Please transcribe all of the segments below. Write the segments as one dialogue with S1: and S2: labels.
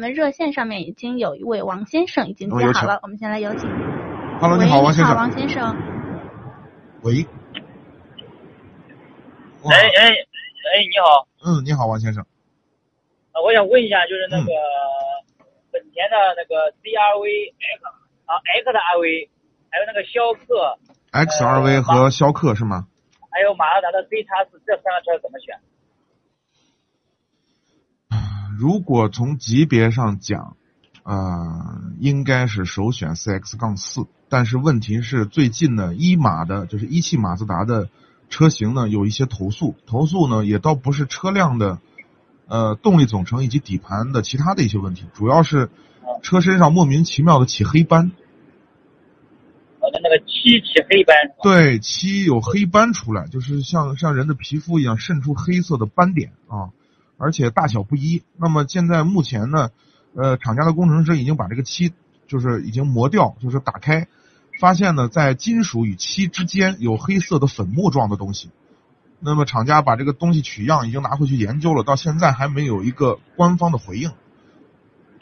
S1: 我们热线上面已经有一位王先生已经
S2: 我
S1: 接
S2: 哦有
S1: 好
S2: 请
S1: 了，我们先来有请。
S2: Hello，
S1: 喂
S2: 你好，王
S1: 你
S2: 先
S1: 好，
S2: 生。
S1: 王先生。
S2: 喂。哇
S3: 哎，哎哎，你好，
S2: 嗯，你好，王先生。
S3: 啊，我想问一下，就是
S2: 嗯
S3: 那个本田的那个 CRV X 啊 X 的 RV，还有那个逍客，
S2: XRV 和逍客是吗？
S3: 还有马自达的 C 叉四，这三个车怎么选？
S2: 如果从级别上讲，呃，应该是首选 CX 杠四，但是问题是最近呢，一马的，就是一汽马自达的车型呢，有一些投诉，投诉呢也倒不是车辆的，呃，动力总成以及底盘的其他的一些问题，主要是车身上莫名其妙的起黑斑，
S3: 我的那个七起黑斑是吧？
S2: 对，漆有黑斑出来，就是像像人的皮肤一样渗出黑色的斑点啊，而且大小不一。那么现在目前呢，呃，厂家的工程师已经把这个漆就是已经磨掉，就是打开，发现呢在金属与漆之间有黑色的粉末状的东西。那么厂家把这个东西取样，已经拿回去研究了，到现在还没有一个官方的回应。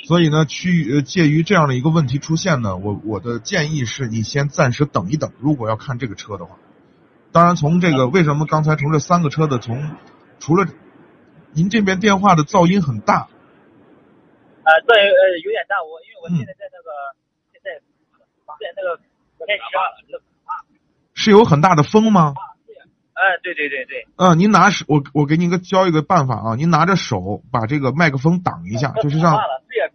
S2: 所以呢，趋于呃介于这样的一个问题出现呢，我我的建议是你先暂时等一等。如果要看这个车的话，当然从这个为什么刚才从这三个车的从除了您这边电话的噪音很大，
S3: 啊，这呃有点大，我因为我
S2: 嗯
S3: 现在在那个、现在在那个不太习惯。
S2: 是有很大的风吗？
S3: 哎、对对对对，
S2: 嗯、您拿手我我给您个教一个办法啊，您拿着手把这个麦克风挡一下，就是让
S3: 怕了，对呀，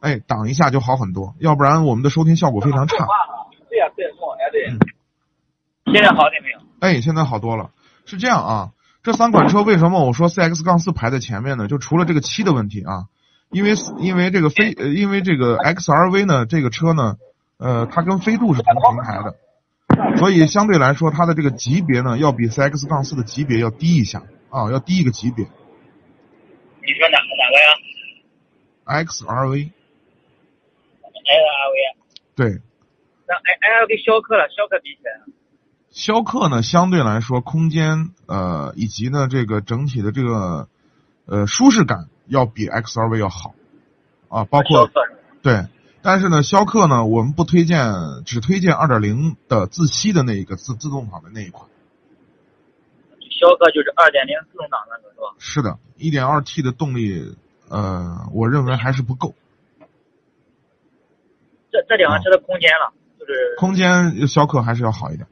S2: 哎挡一下就好很多，要不然我们的收听效果非常差。
S3: 怕了，对呀、对呀、哎对。
S2: 嗯
S3: 现在好点没有？
S2: 哎，现在好多了。是这样啊，这三款车为什么我说 CX 杠四排在前面呢？就除了这个漆的问题啊，因为因为这个飞，呃因为这个 XRV 呢，这个车呢，呃，它跟飞度是同平台的，所以相对来说它的这个级别呢，要比 CX 杠四的级别要低一下啊，要低一个级别。
S3: 你说哪个哪个呀
S2: XRV
S3: ？LRV。
S2: 对，
S3: 那哎 L L 跟逍客了，逍客比起来
S2: 啊
S3: 呢，
S2: 逍客呢，相对来说空间呃以及呢这个整体的这个呃舒适感要比 XRV 要好啊，包括
S3: 逍客是吧
S2: 对，但是呢，逍客呢，我们不推荐，只推荐二点零的自吸的那一个自自动挡的那一款。
S3: 逍客就是二点零自动挡那个是吧？
S2: 是的，一点二 T 的动力，呃，我认为还是不够。
S3: 这这两个车的空间了，就是
S2: 啊空间呃逍客还是要好一点。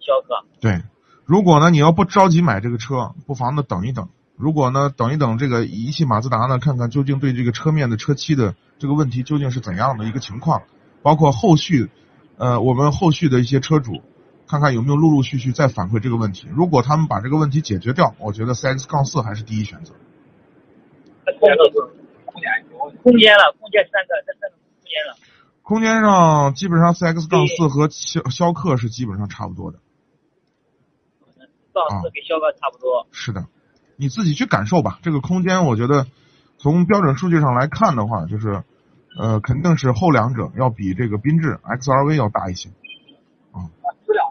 S3: 逍客。
S2: 对，如果呢你要不着急买这个车，不妨呢等一等。如果呢等一等这个一汽马自达呢，看看究竟对这个车面的车漆的这个问题究竟是怎样的一个情况，包括后续，呃，我们后续的一些车主，看看有没有陆陆续续再反馈这个问题。如果他们把这个问题解决掉，我觉得 CX 杠四还是第一选择。
S3: 空间空间了，空间三个，这三个空间了。
S2: 空间上基本上 CX 杠四和逍逍客是基本上差不多的。啊
S3: 上次跟逍客差不多，
S2: 是的，你自己去感受吧。这个空间，我觉得从标准数据上来看的话，就是呃，肯定是后两者要比这个缤智 XRV 要大一些。
S3: 质量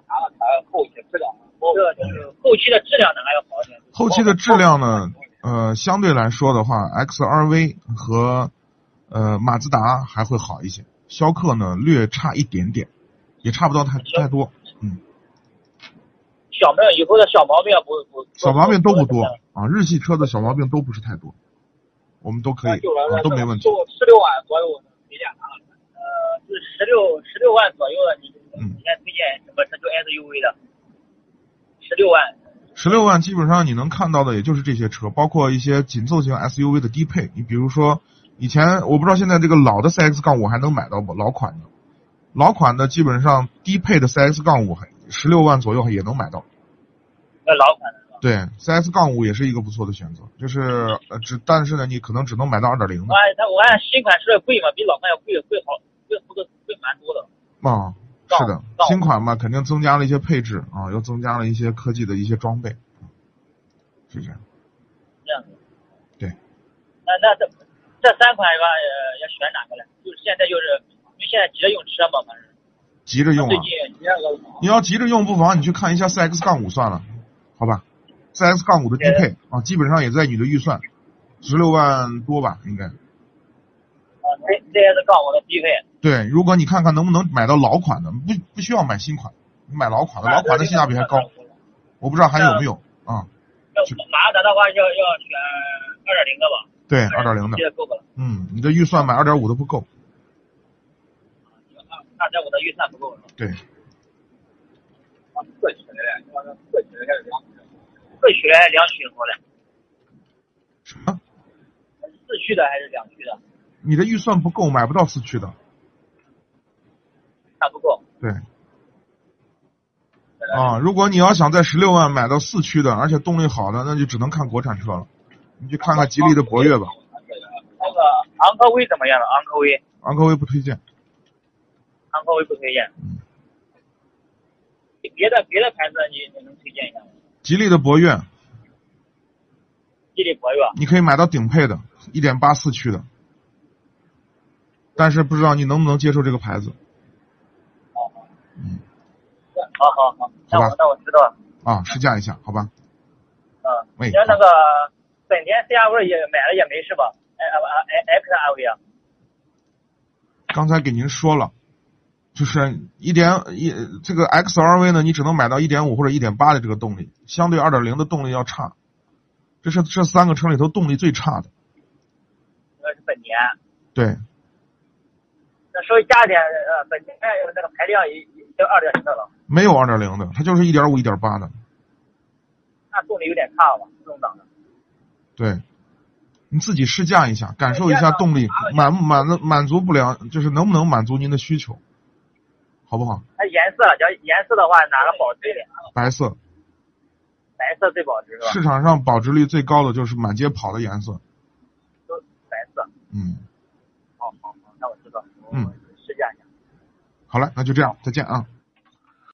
S3: 啥的还后期质量，这就是后期的质量呢还要好一点。
S2: 后期的质量呢，呃，相对来说的话，XRV 和呃马自达还会好一些，逍客呢略差一点点，也差不到太太多。
S3: 小毛病以后的小毛病啊不不
S2: 小毛病都不多啊，日系车的小毛病都不是太多，我们都可以啊，都没问题。
S3: 十六万左右推荐啥了？呃，就是十六十六万左右的，你你先推荐什么车？就 SUV 的，十六万。
S2: 十六万基本上你能看到的也就是这些车，包括一些紧凑型 SUV 的低配。你比如说，以前我不知道现在这个老的 CX 杠五还能买到不？老款的，老款的基本上低配的 CX 杠五还十六万左右也能买到。
S3: 那老款的是吧？
S2: 对，CX 杠五也是一个不错的选择，就是呃只但是呢，你可能只能买到二点零
S3: 我
S2: 的
S3: 按它，我按新款是贵嘛，比老款要贵贵好，贵贵贵蛮多的。
S2: 啊。是的，新款嘛，肯定增加了一些配置啊，又增加了一些科技的一些装备，嗯是这样。
S3: 这样子。
S2: 对。
S3: 那那这这三款吧，呃，要选哪个呢？就是现在就是因为现在急着用车嘛，反正
S2: 急着用
S3: 最
S2: 啊，
S3: 近你那个
S2: 你要急着用，不妨你去看一下 CX 杠五算了，好吧？CX 杠五的低配啊，基本上也在你的预算，十六万多吧，应该。
S3: 这这也是杠我的低配。
S2: 对，如果你看看能不能买到老款的，不不需要买新款，你买老款的，老款的性价比还高。我不知道还有没有啊、
S3: 要马自达的话要要选二点零的吧？
S2: 对，哎二点零的
S3: 这，个够不了，
S2: 嗯，你这预算买二点五的不够。
S3: 二点五的预算不够了。
S2: 对，
S3: 过去了嘞，过去了两四驱的还是两驱好嘞？
S2: 什么？
S3: 四驱的还是两驱的？
S2: 你的预算不够，买不到四驱的。
S3: 看不够。
S2: 对。啊，如果你要想在十六万买到四驱的，而且动力好的，那就只能看国产车了。你去看看吉利的博越吧，。
S3: 啊那个昂科威怎么样了？昂科威，
S2: 昂科威不推荐。
S3: 昂科威不推荐。
S2: 嗯
S3: 别的别的牌子你你能推荐一下吗？
S2: 吉利的博越，
S3: 吉利博越，啊
S2: 你可以买到顶配的，一点八四驱的，但是不知道你能不能接受这个牌子。
S3: 好好
S2: 嗯，
S3: 好好好，那
S2: 好吧
S3: 我那我知道了。
S2: 啊，试驾一下，好吧？
S3: 嗯，
S2: 喂
S3: 行，那个本田 CR-V 也买了也没事吧？哎啊啊哎 XRV 啊，
S2: 刚才给您说了，就是一点一这个 XRV 呢，你只能买到一点五或者一点八的这个动力，相对二点零的动力要差。这是这三个车里头动力最差的。
S3: 呃是本田。
S2: 对，
S3: 那稍微加一点，呃，本田那个排量也也就二点零的了，
S2: 没有二点零的，它就是一点五、一点八的。
S3: 那动力有点差吧，自动挡的。
S2: 对，你自己试驾一下，感受一下动力满满满足不了，就是能不能满足您的需求，好不好？
S3: 那颜色，讲颜色的话，哪个保值一点？
S2: 白色
S3: 白色最保值是吧？
S2: 市场上保值率最高的就是满街跑的颜色，
S3: 都白色。
S2: 嗯，
S3: 好好好，那我知道，我
S2: 嗯
S3: 试驾一下。
S2: 好了，那就这样，再见啊，